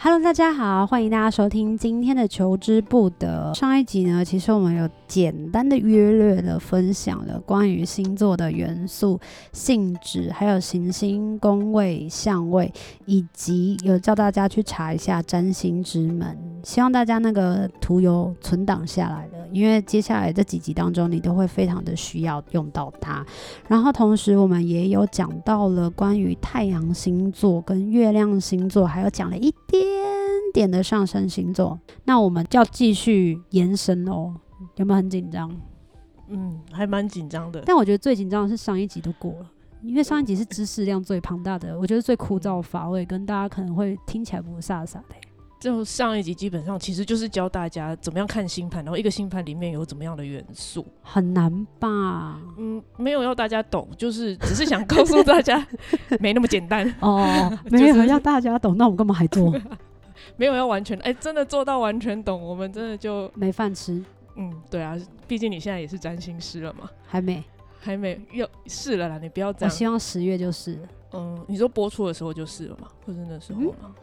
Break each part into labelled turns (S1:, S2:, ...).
S1: Hello，大家好，欢迎大家收听今天的《求之不得》。上一集呢，其实我们有简单的约略的分享了关于星座的元素、性质，还有行星宫位、相位，以及有叫大家去查一下占星之门。希望大家那个图有存档下来了，因为接下来这几集当中，你都会非常的需要用到它。然后同时我们也有讲到了关于太阳星座跟月亮星座，还有讲了一点点的上升星座。那我们就要继续延伸哦，有没有很紧张？
S2: 嗯，还蛮紧张的。
S1: 但我觉得最紧张的是上一集都过了。因为上一集是知识量最庞大的，我觉得最枯燥乏味，跟大家可能会听起来不飒飒的欸、
S2: 就上一集基本上其实就是教大家怎么样看星盘，然后一个星盘里面有怎么样的元素。
S1: 很难吧？
S2: 嗯，没有要大家懂，就是只是想告诉大家 没那么简单，
S1: 哦，没有让大家懂，那我们干嘛还做？
S2: 没有要完全哎、真的做到完全懂，我们真的就
S1: 没饭吃，
S2: 嗯，对啊，毕竟你现在也是占星师了嘛，
S1: 还没。
S2: 还没要是了啦，你不要这
S1: 我
S2: 样。
S1: 希望十月就是了。
S2: 嗯，你说播出的时候就是了嘛，或者那时候嘛，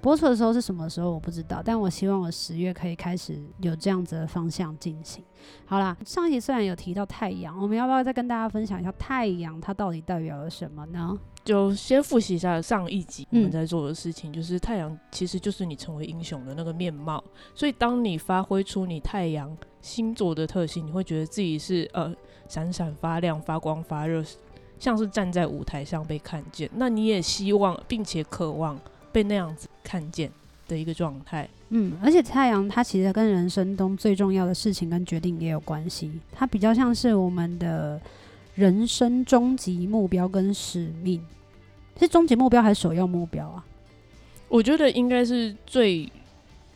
S1: 播出的时候是什么时候我不知道，但我希望我十月可以开始有这样子的方向进行。好啦，上一集虽然有提到太阳，我们要不要再跟大家分享一下太阳它到底代表了什么呢？
S2: 就先复习一下上一集我
S1: 嗯
S2: 们在做的事情，就是太阳其实就是你成为英雄的那个面貌。所以当你发挥出你太阳星座的特性，你会觉得自己是呃闪闪发亮、发光发热，像是站在舞台上被看见。那你也希望并且渴望被那样子看见的一个状态。
S1: 嗯，而且太阳它其实跟人生中最重要的事情跟决定也有关系，它比较像是我们的人生终极目标跟使命，是终极目标还是首要目标啊？
S2: 我觉得应该是最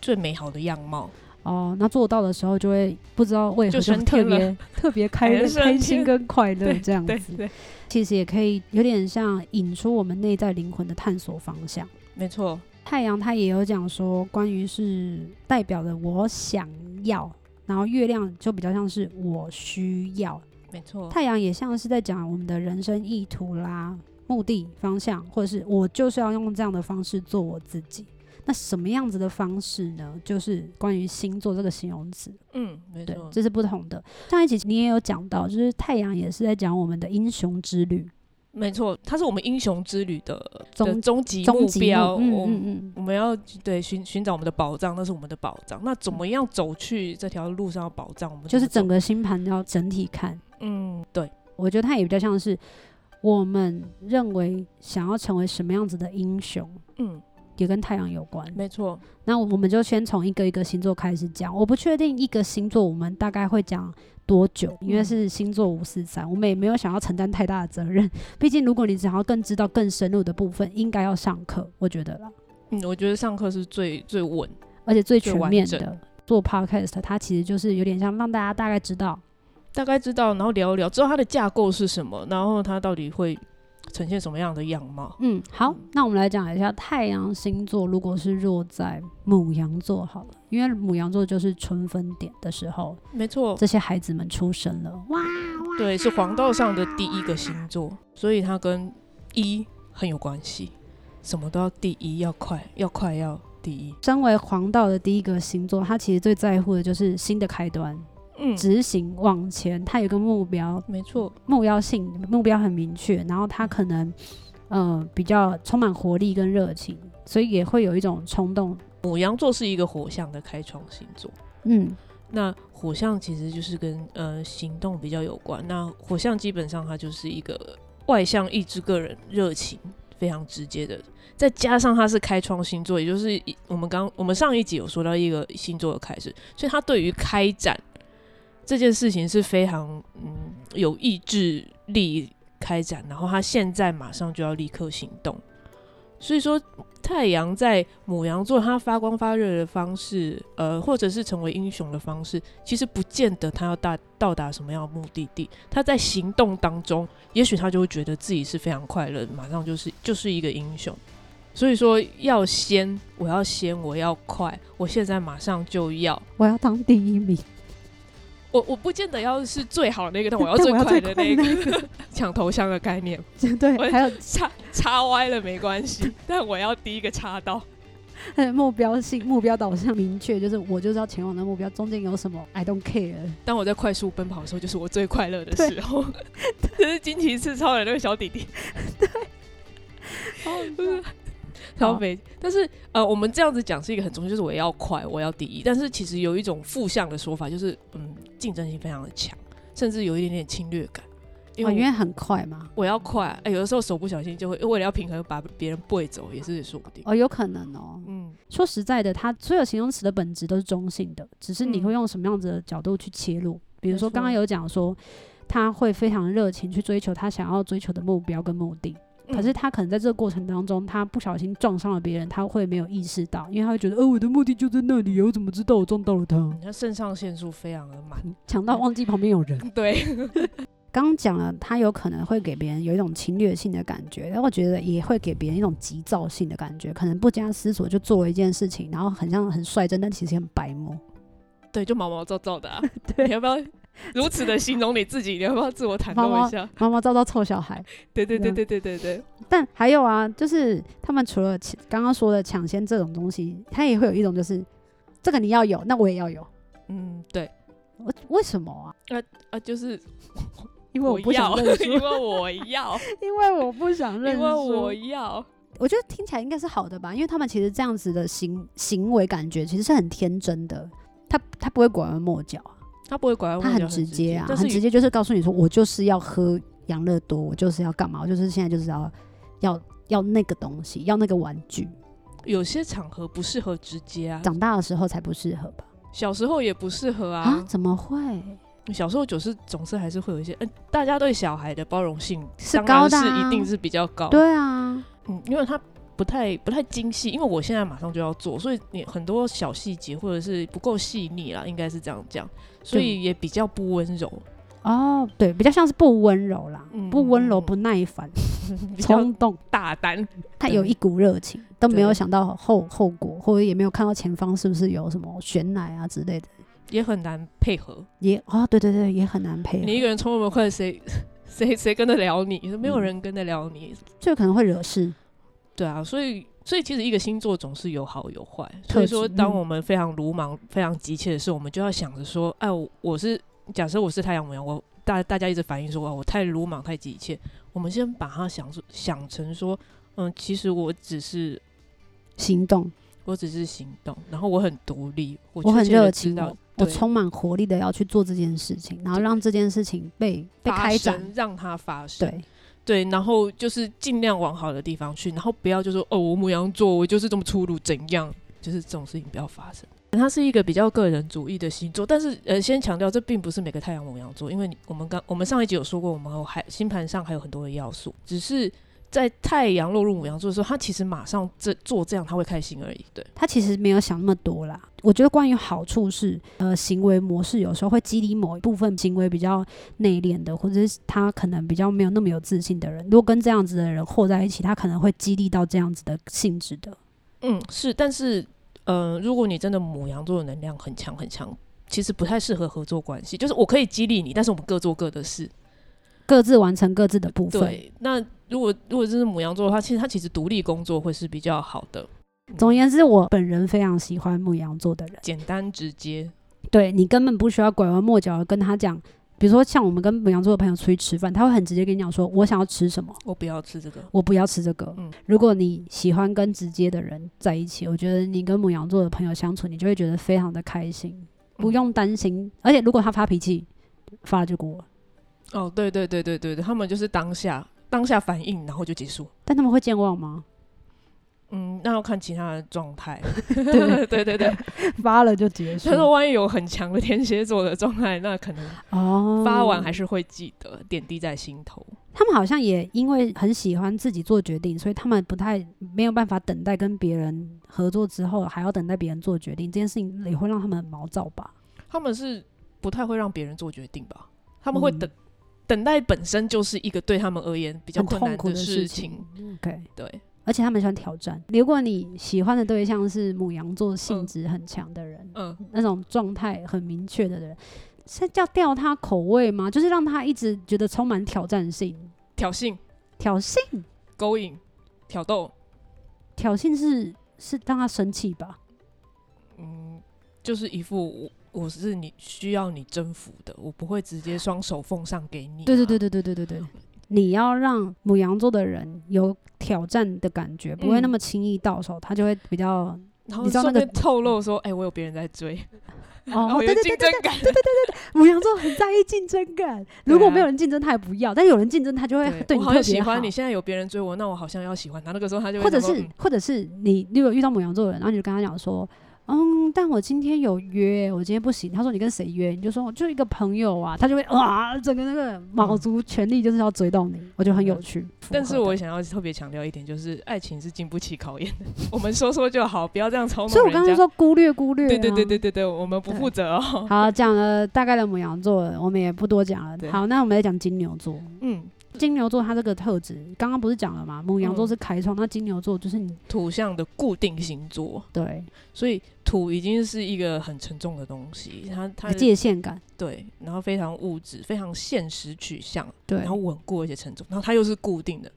S2: 最美好的样貌。
S1: 哦，那做到的时候就会不知道为何
S2: 就
S1: 就
S2: 升
S1: 特
S2: 天了
S1: 别特 别开
S2: 人升
S1: 开心
S2: 天
S1: 跟快乐
S2: 对
S1: 这样
S2: 对
S1: 子。
S2: 对，
S1: 其实也可以有点像引出我们内在灵魂的探索方向。
S2: 没错。
S1: 太阳它也有讲说，关于是代表了我想要，然后月亮就比较像是我需要。
S2: 没错，
S1: 太阳也像是在讲我们的人生意图啦、目的、方向，或者是我就是要用这样的方式做我自己。那什么样子的方式呢？就是关于星座这个形容词，
S2: 嗯，没
S1: 对
S2: 错，，
S1: 这是不同的。上一集你也有讲到，就是太阳也是在讲我们的英雄之旅，
S2: 没错，它是我们英雄之旅的
S1: 终
S2: 的终极
S1: 终
S2: 目
S1: 极
S2: 标。
S1: 嗯
S2: 我
S1: 嗯嗯，
S2: 我们要对寻寻找我们的宝藏，那是我们的宝藏。那怎么样走去这条路上的宝藏？我们
S1: 就是
S2: 怎
S1: 整
S2: 么
S1: 个星盘要整体看。
S2: 走嗯，对，
S1: 我觉得它也比较像是我们认为想要成为什么样子的英雄，
S2: 嗯，
S1: 也跟太阳有关。
S2: 没错，
S1: 那我们就先从一个一个星座开始讲。我不确定一个星座我们大概会讲多久，因为
S2: 嗯
S1: 是星座五四三，我们也没有想要承担太大的责任。毕竟，如果你想要更知道更深入的部分，应该要上课，我觉得啦，
S2: 嗯，我觉得上课是最最稳、
S1: 而且最
S2: 最
S1: 全
S2: 完
S1: 面的
S2: 整。
S1: 做 podcast，它其实就是有点像让大家大概知道，
S2: 大概知道，然后聊一聊，知道它的架构是什么，然后它到底会呈现什么样的样貌。
S1: 嗯，好，那我们来讲一下太阳星座，如果是落在母羊座好了，因为母羊座就是春分点的时候，
S2: 没错，
S1: 这些孩子们出生了，哇，
S2: 对，是黄道上的第一个星座，所以它跟一很有关系，什么都要第一，要快，要快，要第一。
S1: 身为黄道的第一个星座，他其实最在乎的就是新的开端，
S2: 嗯，
S1: 执行往前，他有一个目标，
S2: 没错，嗯
S1: 目标性目标很明确，然后他可能呃比较充满活力跟热情，所以也会有一种冲动，
S2: 母羊座是一个火象的开创星座。
S1: 嗯，
S2: 那火象其实就是跟呃行动比较有关。那火象基本上它就是一个外向、意志、个人热情非常直接的，再加上它是开创星座，也就是一我们刚我们上一集有说到一个星座的开始，所以它对于开展这件事情是非常嗯有意志力开展，然后他现在马上就要立刻行动。所以说，太阳在母羊座，它发光发热的方式，呃，或者是成为英雄的方式，其实不见得它要达到达什么样的目的地。它在行动当中，也许他就会觉得自己是非常快乐，马上就是就是一个英雄。所以说，要先，我要先，我要快，我现在马上就要。
S1: 我要当第一名，
S2: 我我不见得要是最好的那个，但我要
S1: 但
S2: 最
S1: 我要
S2: 快
S1: 最
S2: 的
S1: 快的
S2: 那 个，抢头香的概念，
S1: 对，
S2: 我
S1: 还有
S2: 插插歪了没关 系，但我要第一个插到。
S1: 呃目标性、目标导向明确，就是我就是要前往的目标，中间有什么 I don't care。
S2: 当我在快速奔跑的时候，就是我最快乐的时候。 这是惊奇四超人那个小弟 弟，对， 超美。但是呃，我们这样子讲是一个很重要，就是我要快，我要第一。但是其实有一种负向的说法，就是嗯，竞争性非常的强，甚至有一点点侵略感，因
S1: 哦因
S2: 为
S1: 为
S2: 我。
S1: 很快嘛，
S2: 我要快，哎、有的时候手不小心就会为了要平衡把别人背走，也是说不定。
S1: 哦，有可能哦。
S2: 嗯，
S1: 说实在的，它所有形容词的本质都是中性的，只是你
S2: 嗯
S1: 会用什么样子的角度去切入。比如
S2: 没
S1: 说，刚
S2: 错
S1: 刚有讲说，他会非常热情去追求他想要追求的目标跟目的，可是
S2: 嗯
S1: 他可能在这个过程当中，他不小心撞伤了别人，他会没有意识到，因为他会觉得，呃，我的目的就在那里，我怎么知道我撞到了他？
S2: 他嗯肾上腺素非常的 满，
S1: 强到忘记旁边有人。
S2: 对，
S1: 刚刚讲了，他有可能会给别人有一种侵略性的感觉，但我觉得也会给别人一种急躁性的感觉，可能不加思索就做了一件事情，然后很像很率真，但其实很白目。
S2: 对，就毛毛躁躁的、啊。
S1: 对
S2: 你要不要如此的形容你自己？你要不要自我袒
S1: 毛
S2: 露
S1: 毛嗯
S2: 一下？
S1: 毛毛躁躁臭小孩。
S2: 对对对
S1: 对
S2: 对对对对，
S1: 但还有啊，就是他们除了抢刚刚说的抢先这种东西，他也会有一种就是这个你要有，那我也要有。
S2: 嗯，对
S1: 我为什么啊？
S2: 啊，就是
S1: 因为
S2: 我
S1: 我不想
S2: 要，
S1: 认输
S2: 因，为我要，
S1: 因为我不想认
S2: 因
S1: 输。
S2: 为我要，
S1: 我觉得听起来应该是好的吧，因为他们其实这样子的行行为感觉其实是很天真的，他他不会拐弯抹角，啊
S2: 他不会拐弯
S1: 他
S2: 抹角，
S1: 很直接啊，
S2: 但
S1: 很直
S2: 是
S1: 接就是告诉你说，我就是要喝养乐多，我就是要干嘛，我就是现在就是要要要那个东西，要那个玩具，
S2: 有些场合不适合直接啊，
S1: 长大的时候才不适合吧？
S2: 小时候也不适合
S1: 啊，
S2: 啊，
S1: 怎么会？
S2: 小时候总是总是还是会有一些，嗯，大家对小孩的包容性
S1: 是
S2: 当然
S1: 高的啊
S2: 是一定是比较高，
S1: 对啊，
S2: 嗯，因为他不太不太精细，因为我现在马上就要做，所以你很多小细节或者是不够细腻啦，应该是这样讲，所以也比较不温柔，
S1: 哦，对，比较像是不温柔啦，
S2: 嗯
S1: 不温柔、
S2: 嗯嗯
S1: 不耐烦、
S2: 比较
S1: 冲动，
S2: 大胆。
S1: 他有一股热情，都没有
S2: 对
S1: 想到后后果，或者也没有看到前方是不是有什么悬崖啊之类的。
S2: 也很难配合。
S1: 也哦，对对对，也很难配合，
S2: 你一个人冲那么快，谁 谁谁跟得了你？没有人跟得了你。
S1: 就可能会惹事。
S2: 对啊，所以所以其实一个星座总是有好有坏。所以说，
S1: 特质嗯
S2: 当我们非常鲁莽、非常急切的时候，我们就要想着说，哎，我我是假设我是太阳母羊，我大大家一直反映说，哇，我太鲁莽、太急切。我们先把它想说想成说，嗯，其实我只是
S1: 行动，
S2: 我只是行动，然后我很独立，我
S1: 我
S2: 确
S1: 很
S2: 切地
S1: 热
S2: 知
S1: 情，
S2: 道
S1: 我我
S2: 对
S1: 充满活力的要去做这件事情，然后让这件事情被被
S2: 发
S1: 开展
S2: 生，。让它发生。
S1: 对，
S2: 对，然后就是尽量往好的地方去，然后不要就说哦，我母羊座，我就是这么粗鲁，怎样？就是这种事情不要发生。它是一个比较个人主义的星座，但是呃，先强调这并不是每个太阳母羊座，因为你我们刚我们上一集有说过，我们有还星盘上还有很多的要素，只是在太阳落入母羊座的时候，它其实马上这做这样他会开心而已。对，
S1: 他其实没有想那么多啦。我觉得关于好处是，呃，行为模式有时候会激励某一部分行为比较内敛的，或者是他可能比较没有那么有自信的人，如果跟这样子的人混在一起，他可能会激励到这样子的性质的。
S2: 嗯，是，但是呃，如果你真的母羊座的能量很强很强，其实不太适合合作关系。就是我可以激励你，但是我们各做各的事。
S1: 各自完成各自的部分。
S2: 对，那如果如果真是母羊座的话，其实他其实独立工作会是比较好的，
S1: 总而言之，我本人非常喜欢牧羊座的人。
S2: 简单直接。
S1: 对你根本不需要拐弯抹角的跟他讲，比如说像我们跟母羊座的朋友出去吃饭，他会很直接跟你讲说，我想要吃什么，
S2: 我不要吃这个，
S1: 我不要吃这个。
S2: 嗯
S1: 如果你喜欢跟直接的人在一起，我觉得你跟母羊座的朋友相处，你就会觉得非常的开心，不用担心。而且如果他发脾气，发了就过了，
S2: 哦，对对对对对对，他们就是当下当下反应，然后就结束。
S1: 但他们会健忘吗？
S2: 嗯，那要看其他的状态。
S1: 对
S2: 对对对，
S1: 发了就结束
S2: 他。说万一有很强的天蝎座的状态，那可能
S1: 哦，
S2: 发完还是会记得，点滴在心头。
S1: 他们好像也因为很喜欢自己做决定，所以他们不太没有办法等待跟别人合作之后，还要等待别人做决定，这件事情也会让他们很毛躁吧？
S2: 他们是不太会让别人做决定吧？他们会
S1: 嗯
S2: 等、等待本身就是一个对他们而言比较
S1: 很
S2: 困
S1: 痛
S2: 难
S1: 苦
S2: 事
S1: 事
S2: 情。。嗯
S1: OK，
S2: 对，
S1: 而且他们喜欢挑战。如果你喜欢的对象是母羊座性质很强的人，
S2: 嗯，
S1: 那种状态很明确的人，是叫吊他口味吗？就是让他一直觉得充满挑战性。
S2: 挑衅、
S1: 挑衅，
S2: 勾引、挑逗，
S1: 挑衅是是让他生气吧？
S2: 嗯，就是一副我我是你需要你征服的，我不会直接双手奉上给你、啊
S1: 对对对，对对对对对，你要让母羊座的人有挑战的感觉，不会那
S2: 嗯
S1: 么轻易到手，他就会比较
S2: 然后
S1: 你知道
S2: 顺
S1: 那个
S2: 便透露说，哎、我有别人在追，
S1: 哦，
S2: 我有
S1: 对对
S2: 竞
S1: 对
S2: 争
S1: 对对，
S2: 感。
S1: 母羊座很在意竞争感，如果没有人竞争他也不要，但有人竞争他就会
S2: 对
S1: 对
S2: 我
S1: 你
S2: 好
S1: 特
S2: 像喜
S1: 别
S2: 欢你，现在有别人追我，那我好像要喜欢他。那个时候他就会
S1: 或者
S2: 想说
S1: 是
S2: 嗯
S1: 或者是你如果遇到母羊座的人，然后你就跟他讲说。嗯，但我今天有约，我今天不行。他说你跟谁约？你就说我就一个朋友啊，他就会哇，整个那个卯足全力就是要追到你，我觉得很有趣。
S2: 但是
S1: 符合
S2: 我
S1: 的
S2: 想要特别强调一点，就是爱情是经不起考验的。我们说说就好，不要这样嘲
S1: 所以
S2: 弄
S1: 我刚刚
S2: 人家。
S1: 说忽略忽略、啊，
S2: 对对对对对对，我们不
S1: 对
S2: 负责哦。
S1: 好，讲了大概的母羊座，我们也不多讲了
S2: 对。
S1: 好，那我们来讲金牛座。
S2: 嗯，
S1: 金牛座它这个特质，刚刚不是讲了吗？母羊座
S2: 嗯
S1: 是开创，那金牛座就是你
S2: 土象的固定星座，
S1: 对
S2: 所以土已经是一个很沉重的东西，它它的
S1: 界限感，
S2: 对，然后非常物质，非常现实取向，
S1: 对
S2: 然后，稳固而且沉重，然后它又是固定的，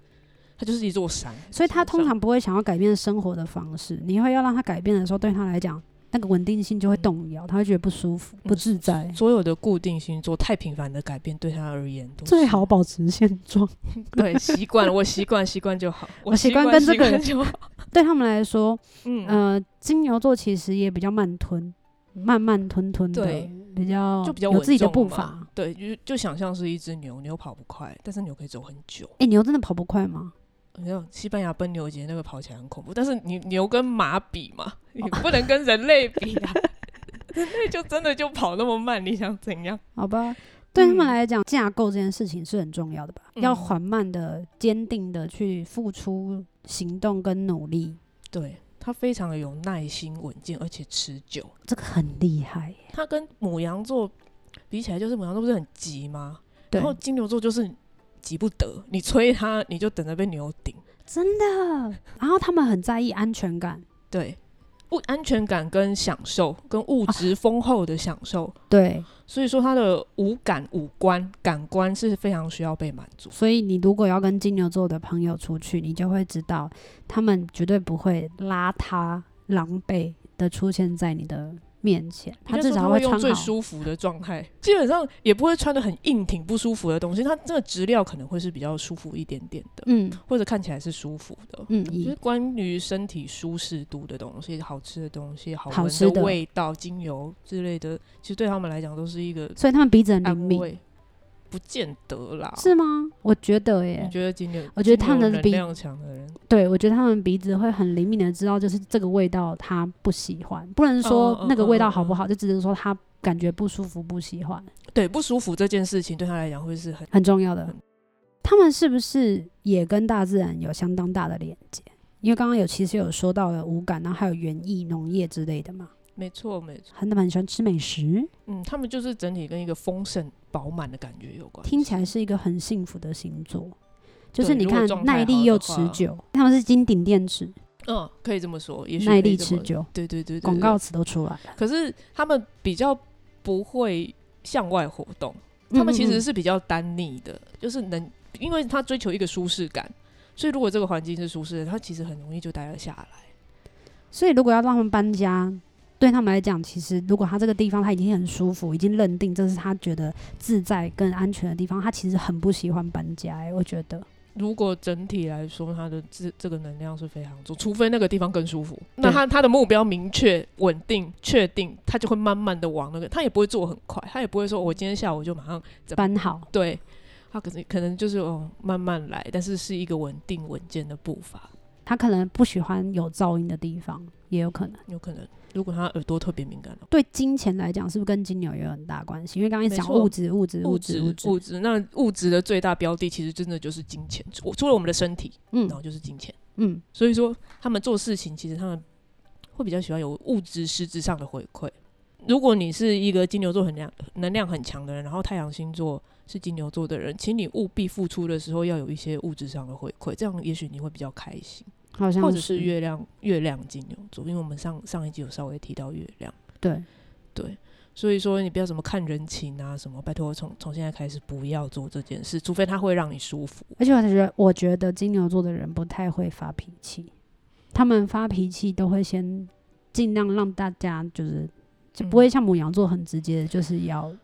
S2: 它就是一座山。
S1: 所以他
S2: 基本
S1: 通
S2: 上
S1: 常不会想要改变生活的方式。你会要让他改变的时候，对他来讲，那个稳定性
S2: 嗯
S1: 就会动摇，他会觉得不舒服、不自在。
S2: 所有的固定星座太频繁的改变，对他而言都是
S1: 最好保持现状。
S2: 对习惯，我习惯习惯就好，
S1: 我哦习
S2: 习
S1: 惯
S2: 惯
S1: 跟这
S2: 习
S1: 个
S2: 惯
S1: 人
S2: 就好。
S1: 对他们来说，
S2: 嗯
S1: 呃，金牛座其实也比较慢吞，慢慢吞吞的
S2: 对，
S1: 比较
S2: 就比较
S1: 有
S2: 稳
S1: 自己的
S2: 重
S1: 步
S2: 嘛
S1: 伐。
S2: 对，就就想象是一只牛，牛跑不快，但是牛可以走很久。
S1: 哎、牛真的跑不快吗？
S2: 你知道西班牙奔牛节那个跑起来很恐怖，但是你牛跟马比嘛，你
S1: 哦
S2: 不能跟人类比啊。 人类就真的就跑那么慢，你想怎样？
S1: 好吧，对他们
S2: 嗯
S1: 来讲，架构这件事情是很重要的吧？要
S2: 嗯
S1: 缓慢的、坚定的去付出行动跟努力，
S2: 对，它非常的有耐心、稳健，而且持久。
S1: 这个很厉害耶。
S2: 它跟母羊座比起来，就是母羊座不是很急吗？
S1: 对
S2: 然，后金牛座就是急不得，你催它，你就等着被牛顶。
S1: 真的。然后他们很在意安全感，
S2: 对，不安全感跟享受，跟物
S1: 啊
S2: 质丰厚的享受，
S1: 对，
S2: 所以说他的五感、五官、感官是非常需要被满足。
S1: 所以你如果要跟金牛座的朋友出去，你就会知道，他们绝对不会邋遢、狼狈的出现在你的面前，他
S2: 应
S1: 至
S2: 该说
S1: 少
S2: 会
S1: 穿
S2: 用最
S1: 好。
S2: 舒服的状态，基本上也不会穿的很硬挺、不舒服的东西。它这个质料可能会是比较舒服一点点的，
S1: 嗯
S2: 或者看起来是舒服的。
S1: 嗯，
S2: 就是
S1: 以
S2: 关于身体舒适度的东西，好吃的东西，好
S1: 好
S2: 闻
S1: 吃的
S2: 味道、精油之类的，其实对他们来讲都是一个
S1: 所以他们鼻子很灵
S2: 安
S1: 敏，
S2: 慰，不见得啦。
S1: 是吗？我觉得耶，
S2: 你觉得今天，
S1: 我觉得他
S2: 金牛
S1: 们的
S2: 能
S1: 鼻
S2: 量强的人，
S1: 对，我觉得他们鼻子会很灵敏的知道，就是这个味道他不喜欢，不能说
S2: 嗯嗯
S1: 那个味道
S2: 嗯嗯
S1: 好不好，就只是说他感觉不舒服、不喜欢，
S2: 对不舒服这件事情对他来讲会是很
S1: 很重要的
S2: 嗯。
S1: 他们是不是也跟大自然有相当大的连接？因为刚刚有其实有说到了五感，然后还有园艺、农业之类的嘛，
S2: 没错没错。
S1: 很他们很喜欢吃美食，
S2: 嗯，他们就是整体跟一个丰盛饱满的感觉有关。
S1: 听起来是一个很幸福的星座。就是
S2: 对
S1: 你
S2: 如果
S1: 看
S2: 状态
S1: 耐力
S2: 好
S1: 又
S2: 的
S1: 持
S2: 话
S1: 久，他们是金顶电池，
S2: 嗯，可以这么说，也许
S1: 耐
S2: 可以
S1: 力
S2: 这
S1: 持
S2: 么。
S1: 久，
S2: 对对对对
S1: 广
S2: 对
S1: 告词都出来了。
S2: 可是他们比较不会向外活动，他们
S1: 嗯
S2: 其
S1: 嗯
S2: 实
S1: 嗯
S2: 是比较单逆的，就是能，因为他追求一个舒适感，所以如果这个环境是舒适的，他其实很容易就待了下来。
S1: 所以如果要让他们搬家，对他们来讲，其实如果他这个地方他已经很舒服，已经认定这是他觉得自在跟安全的地方，他其实很不喜欢搬家、欸。我觉得，
S2: 如果整体来说，他的这这个能量是非常足，除非那个地方更舒服。那他他的目标明确、稳定、确定，他就会慢慢的往那个，他也不会做很快，他也不会说我今天下午就马上
S1: 搬好
S2: 对，他可能可能就是哦慢慢来，但是是一个稳定稳健的步伐。
S1: 他可能不喜欢有噪音的地方，也有可能。
S2: 有可能。如果他耳朵特别敏感了，
S1: 对金钱来讲，是不是跟金牛也有很大关系？因为刚刚一直讲
S2: 没错
S1: 物质，物质，
S2: 物
S1: 质，
S2: 质
S1: 物质，
S2: 物质，那物质的最大标的其实真的就是金钱，除除了我们的身体，
S1: 嗯
S2: 然后就是金钱。
S1: 嗯，
S2: 所以说他们做事情，其实他们会比较喜欢有物质实质上的回馈。如果你是一个金牛座很量能量很强的人，然后太阳星座是金牛座的人，请你务必付出的时候要有一些物质上的回馈，这样也许你会比较开心。
S1: 好
S2: 或
S1: 像
S2: 者是月亮月亮金牛座，因为我们上上一集有稍微提到月亮，
S1: 对，
S2: 对，所以说你不要什么看人情啊什么，拜托从从现在开始不要做这件事，除非它会让你舒服。
S1: 而且我觉得，我觉得金牛座的人不太会发脾气，他们发脾气都会先尽量让大家就是就不
S2: 嗯
S1: 会像母羊座很直接的，就是要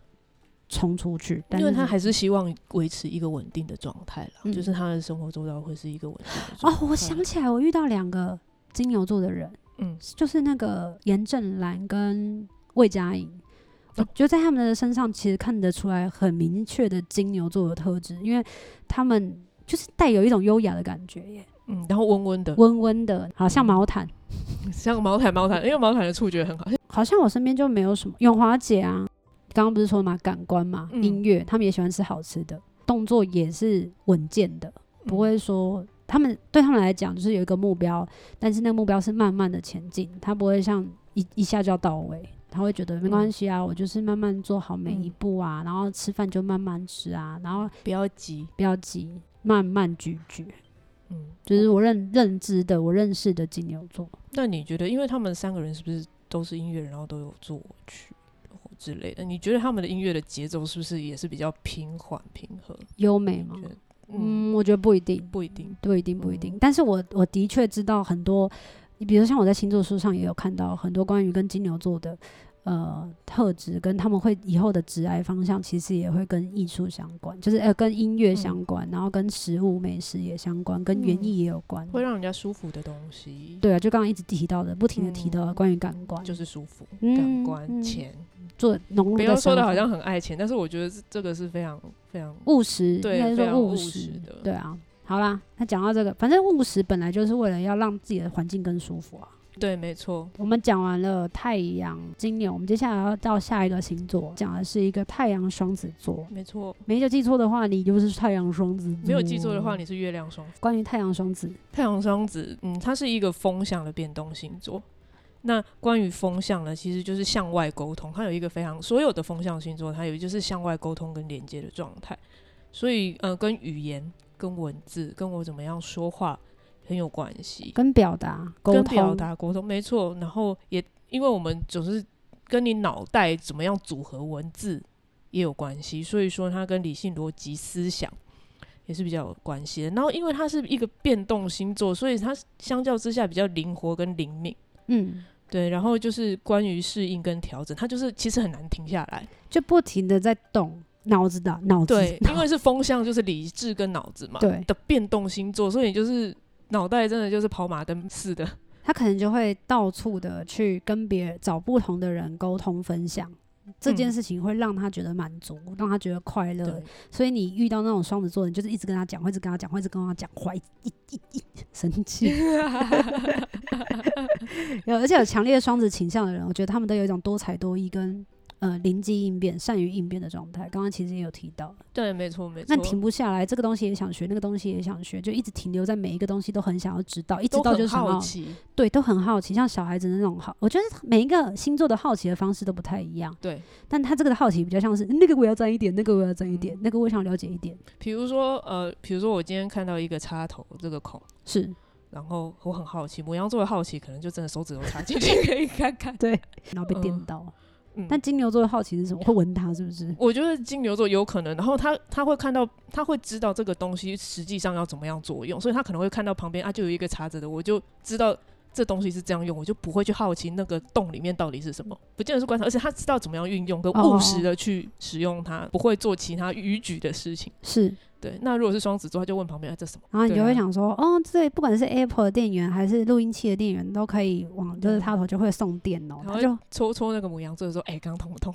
S1: 冲出去，但
S2: 因为
S1: 是
S2: 他还是希望维持一个稳定的状态啦，
S1: 嗯
S2: 就是他的生活周遭会是一个稳定的状态。
S1: 哦，我想，起来，我遇到两个金牛座的人，
S2: 嗯，
S1: 就是那个严正兰跟魏佳莹。我
S2: 哦
S1: 觉得在他们的身上，其实看得出来很明确的金牛座的特质，因为他们就是带有一种优雅的感觉耶，
S2: 嗯，然后温温的，
S1: 温温的，好像
S2: 嗯
S1: 毛毯。
S2: 像毛毯毛毯，因为毛毯的触觉很好，
S1: 好像我身边就没有什么永华姐啊，刚刚不是说嘛，感官嘛，
S2: 嗯
S1: 音乐，他们也喜欢吃好吃的，动作也是稳健的，
S2: 嗯
S1: 不会说他们对他们来讲就是有一个目标，但是那个目标是慢慢的前进，他不会像一一下就要到位。他会觉得没关系啊，
S2: 嗯
S1: 我就是慢慢做好每一步啊，然后吃饭就慢慢吃啊，然后
S2: 不要急，
S1: 不要急，慢慢咀嚼，
S2: 嗯，
S1: 就是我认认知的，我认识的金牛座。
S2: 那你觉得，因为他们三个人是不是都是音乐人，然后都有作曲或之类的？你觉得他们的音乐的节奏是不是也是比较平缓平和？
S1: 优美吗
S2: 你？觉得？嗯，
S1: 嗯，我觉得不一定，
S2: 不一定。
S1: 不一定，不一定。
S2: 嗯
S1: 但是我我的确知道很多，你比如像我在星座书上也有看到很多关于跟金牛座的呃特质，跟他们会以后的职癌方向，其实也会跟艺术相关，就是呃跟音乐
S2: 嗯
S1: 相关，然后跟食物美食也相关，跟园艺也有关。
S2: 会让人家舒服的东西，，
S1: 对啊，就刚刚一直提到的，不停的提到的
S2: 嗯
S1: 关于感官，
S2: 就是舒服、
S1: 嗯
S2: 感
S1: 嗯
S2: 官、钱。
S1: 做融入
S2: 不
S1: 在
S2: 要说的
S1: 生
S2: 好
S1: 活
S2: 像很爱钱，但是我觉得这这个是非常非常
S1: 务实，应
S2: 对
S1: 该
S2: 非
S1: 说
S2: 常
S1: 务
S2: 务
S1: 实
S2: 实的
S1: 对啊。好啦，那讲到这个，反正务实本来就是为了要让自己的环境更舒服啊。
S2: 对，没错。
S1: 我们讲完了太阳、金牛，我们接下来要到下一个星座，讲的是一个太阳双子座。
S2: 没错，
S1: 没有记错的话，你就是太阳双子座。嗯
S2: 没有记错的话，，你是月亮双子。
S1: 关于太阳双子，
S2: 太阳双子，嗯，它是一个风向的变动星座。那关于风向呢，其实就是向外沟通，它有一个非常所有的风向星座，它有就是向外沟通跟连接的状态。所以，呃，跟语言、跟文字、跟我怎么样说话很有关系。
S1: 跟表达、沟
S2: 跟
S1: 通、
S2: 表达沟通，没错。然后也因为我们总是跟你脑袋怎么样组合文字也有关系，所以说它跟理性逻辑思想也是比较有关系的。然后因为它是一个变动星座，所以它相较之下比较灵活跟灵敏。
S1: 嗯，
S2: 对，然后就是关于适应跟调整，它就是其实很难停下来。
S1: 就不停的在动脑子的脑子，
S2: 对，因为是风向，就是理智跟脑子嘛。
S1: 对
S2: 的变动星座，所以就是脑袋真的就是跑马灯似的。
S1: 他可能就会到处的去跟别人找不同的人沟通分享。这件
S2: 嗯
S1: 事情会让他觉得满足，让他觉得快乐
S2: 对，，
S1: 所以你遇到那种双子座，你就是一直跟他讲话，一直跟他讲话，一直跟他讲话，一一一一生气。有，而且有强烈双子倾向的人，我觉得他们都有一种多才多艺跟呃灵机应变、善于应变的状态。刚刚其实也有提到，
S2: 对，没错，没错。
S1: 那停不下来，这个东西也想学，那个东西也想学，就一直停留在每一个东西都很想要知道，一知
S2: 都
S1: 道
S2: 很
S1: 就想
S2: 好
S1: 要
S2: 奇，
S1: 对，都很好奇，像小孩子的那种好。我觉得每一个星座的好奇的方式都不太一样，
S2: 对，
S1: 但他这个的好奇比较像是那个我要沾一点，那个我要沾一点，
S2: 嗯
S1: 那个我想了解一点，
S2: 比如说呃，比如说我今天看到一个插头这个孔，
S1: 是。
S2: 然后我很好奇，母羊座的好奇可能就真的手指头插 进去可以看看。
S1: 对，然后被电
S2: 嗯
S1: 到。
S2: 嗯，
S1: 但金牛座的好奇是什么？会闻它是不是？
S2: 我觉得金牛座有可能，然后他他会看到，他会知道这个东西实际上要怎么样作用，所以他可能会看到旁边啊就有一个插着的，我就知道这东西是这样用，我就不会去好奇那个洞里面到底是什么，不见得是观察，而且他知道怎么样运用，跟
S1: 哦
S2: 务实的去使用它，不会做其他逾矩的事情。
S1: 是，
S2: 对，那如果是双子座，他就问旁边、啊、这什么，
S1: 然后你
S2: 对
S1: 就会
S2: 啊
S1: 想说，哦，这不管是 Apple 的电源还是录音器的电源，都可以往就是
S2: 嗯
S1: 插头就会送电哦，
S2: 然
S1: 它
S2: 后
S1: 就
S2: 搓搓那个母羊座说：“哎、刚刚痛不痛？”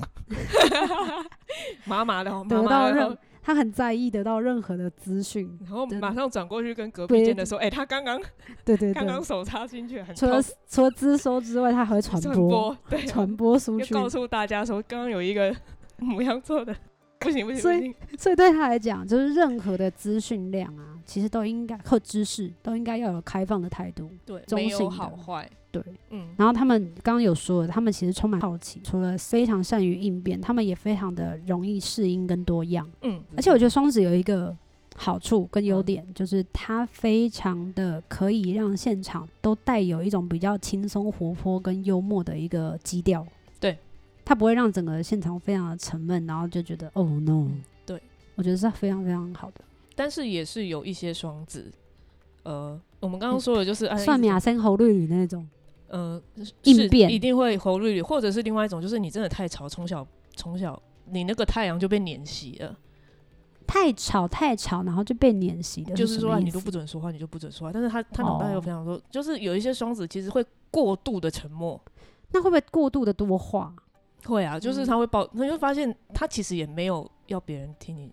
S2: 麻麻的哦，麻
S1: 得
S2: 麻
S1: 到
S2: 的
S1: 认
S2: 哦，，
S1: 他很在意得到任何的资讯。
S2: 然后
S1: 对
S2: 马上转过去跟隔
S1: 对
S2: 壁间的说：“哎、他刚刚
S1: 对对
S2: 刚
S1: 对，
S2: 刚手插进去，很
S1: 除了
S2: 痛。
S1: 除了资收之外，他还会传
S2: 传
S1: 播，
S2: 对，
S1: 传播出
S2: 要
S1: 去。
S2: 告诉大家说，刚刚有一个 母羊座的，不行不行
S1: 所以
S2: 不行，
S1: 所以对他来讲，就是任何的资讯量啊，其实都应该和知识都应该要有开放的态度。
S2: 对，
S1: 中
S2: 没
S1: 性
S2: 有
S1: 的
S2: 好坏，
S1: 对，
S2: 嗯，
S1: 然后他们刚刚有说了，他们其实充满好奇，除了非常善于应变，他们也非常的容易适应跟多样。
S2: 嗯，
S1: 而且我觉得双子有一个好处跟优点，就是它非常的可以让现场都带有一种比较轻松、活泼跟幽默的一个基调。
S2: 对，
S1: 它不会让整个现场非常的沉闷，然后就觉得哦 no。
S2: 嗯对，
S1: 我觉得是非常非常好的。
S2: 但是也是有一些双子，呃，我们刚刚说的就是、哎按
S1: 嗯算命啊，，生猴绿里那种，
S2: 呃，
S1: 应
S2: 是
S1: 变
S2: 一定会喉绿绿，或者是另外一种，就是你真的太吵，从小从小你那个太阳就被碾熄了，
S1: 太吵太吵，然后就被撵习的，
S2: 就是说啊你
S1: 都
S2: 都不准说话，你就不准说话。但是他他脑
S1: 哦
S2: 袋又非常说，就是有一些双子其实会过度的沉默，
S1: 那会不会过度的多话
S2: 会啊，
S1: 嗯
S2: 就是他会抱，他就发现他其实也没有要别人听你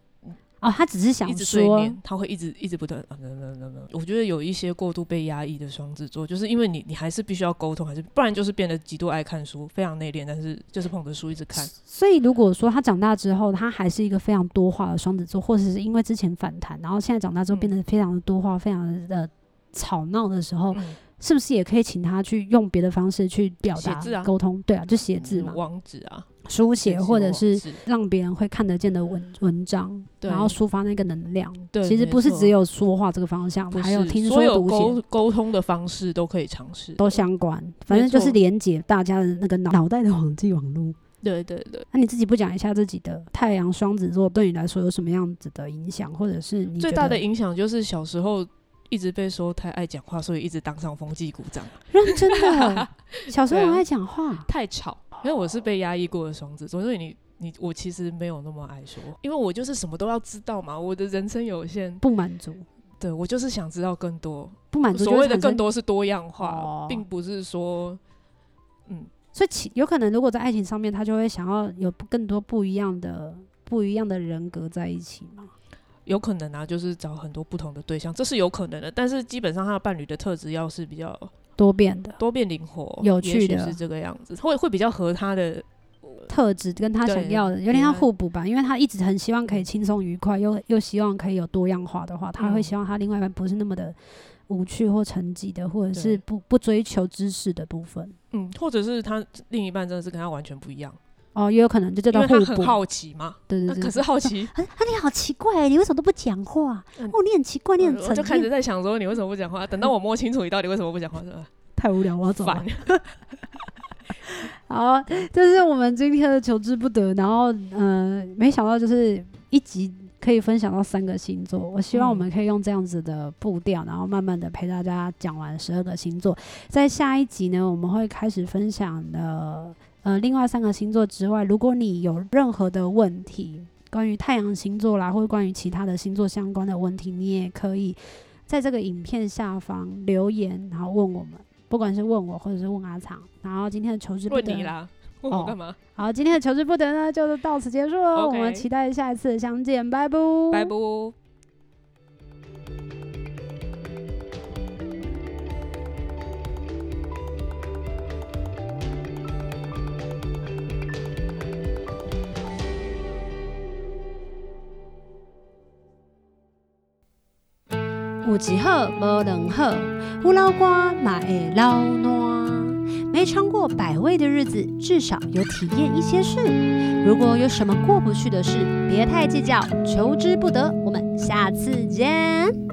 S1: 哦？他只是想
S2: 一直碎
S1: 说，
S2: 念，他会一直一直不断啊，no no no no。我觉得有一些过度被压抑的双子座，就是因为你你还是必须要沟通，还是不然就是变得极度爱看书，非常内敛，但是就是捧着书一直看。
S1: 所以如果说他长大之后，他还是一个非常多话的双子座，或者是因为之前反弹，然后现在长大之后
S2: 嗯
S1: 变得非常的多话，非常的、呃、吵闹的时候，
S2: 嗯
S1: 是不是也可以请他去用别的方式去表达
S2: 写字啊
S1: 沟通？对啊，就写字嘛，
S2: 网址啊，
S1: 书写或者是
S2: 网址
S1: 让别人会看得见的文文章，
S2: 嗯对
S1: 然后抒发那个能量。
S2: 对
S1: 其实不是
S2: 没错
S1: 只有说话这个方向，
S2: 不
S1: 还有
S2: 是
S1: 听
S2: 所
S1: 说
S2: 有
S1: 读写
S2: 沟沟通的方式都可以尝试，
S1: 都相关，反正就是
S2: 错
S1: 连接大家的那个脑脑袋的网际网络。
S2: 对对对。
S1: 那、你自己不讲一下自己的太阳双子座对你来说有什么样子的影响，或者是你
S2: 最
S1: 觉
S2: 大
S1: 得
S2: 的影响就是小时候一直被说太爱讲话，所以一直当上风纪股长，
S1: 认真 的小时候
S2: 对啊
S1: 很爱讲话，
S2: 太吵。因为我是被压抑过的双子座，所以你你我其实没有那么爱说，因为我就是什么都要知道嘛，我的人生有限，
S1: 不满足，
S2: 对我就是想知道更多。
S1: 不满足
S2: 所谓
S1: 就
S2: 的
S1: 会产生
S2: 更，多是多样化，
S1: 哦
S2: 并不是说嗯
S1: 所以其有可能如果在爱情上面，他就会想要有更多不一样的不一样的人格在一起嘛。
S2: 有可能啊，就是找很多不同的对象，这是有可能的。但是基本上他的伴侣的特质要是比较
S1: 多变的
S2: 多变灵活、
S1: 有趣
S2: 也许
S1: 的
S2: 是这个样子，会会比较合他的。
S1: 特质跟他想
S2: 对
S1: 要的有点像
S2: 对嗯
S1: 互补吧，因为他一直很希望可以轻松愉快，又又希望可以有多样化的话，他会
S2: 嗯
S1: 希望他另外一半不是那么的无趣或沉寂的，或者是
S2: 对
S1: 不不追求知识的部分。
S2: 嗯，或者是他另一半真的是跟他完全不一样，
S1: 哦，也有可能就这
S2: 因
S1: 叫
S2: 为
S1: 互
S2: 他很
S1: 补。
S2: 好奇嘛。
S1: 对对
S2: 那
S1: 对，
S2: 可是 好奇，
S1: 啊啊，你好奇怪，你为什么都不讲话？
S2: 嗯
S1: 哦，你很奇怪，你很
S2: 我
S1: 沉
S2: 就开始
S1: 静，
S2: 在想说你为什么不讲话？等到我摸清楚你到底为什么不讲 话，是吧？
S1: 太无聊，我要走了
S2: 烦。。
S1: 好，这是我们今天的求之不得。然后，呃，没想到就是一集可以分享到三个星座。我希望
S2: 嗯
S1: 我们可以用这样子的步调，然后慢慢的陪大家讲完十二个星座。在下一集呢，我们会开始分享的，呃，另外三个星座之外，如果你有任何的问题，关于太阳星座啦，或者关于其他的星座相关的问题，你也可以在这个影片下方留言，然后问我们。不管是问我，或者是问阿长，然后今天的求之不
S2: 问
S1: 得
S2: 你啦，问我
S1: 哦
S2: 干嘛？
S1: 好，今天的求之不得呢，就到此结束了。我
S2: OK
S1: 们期待下一次的相见，拜拜，
S2: 拜哦拜。
S1: 有一好无两好，有老瓜嘛会老烂。没尝过百味的日子，至少有体验一些事。如果有什么过不去的事，别太计较，求之不得。我们下次见。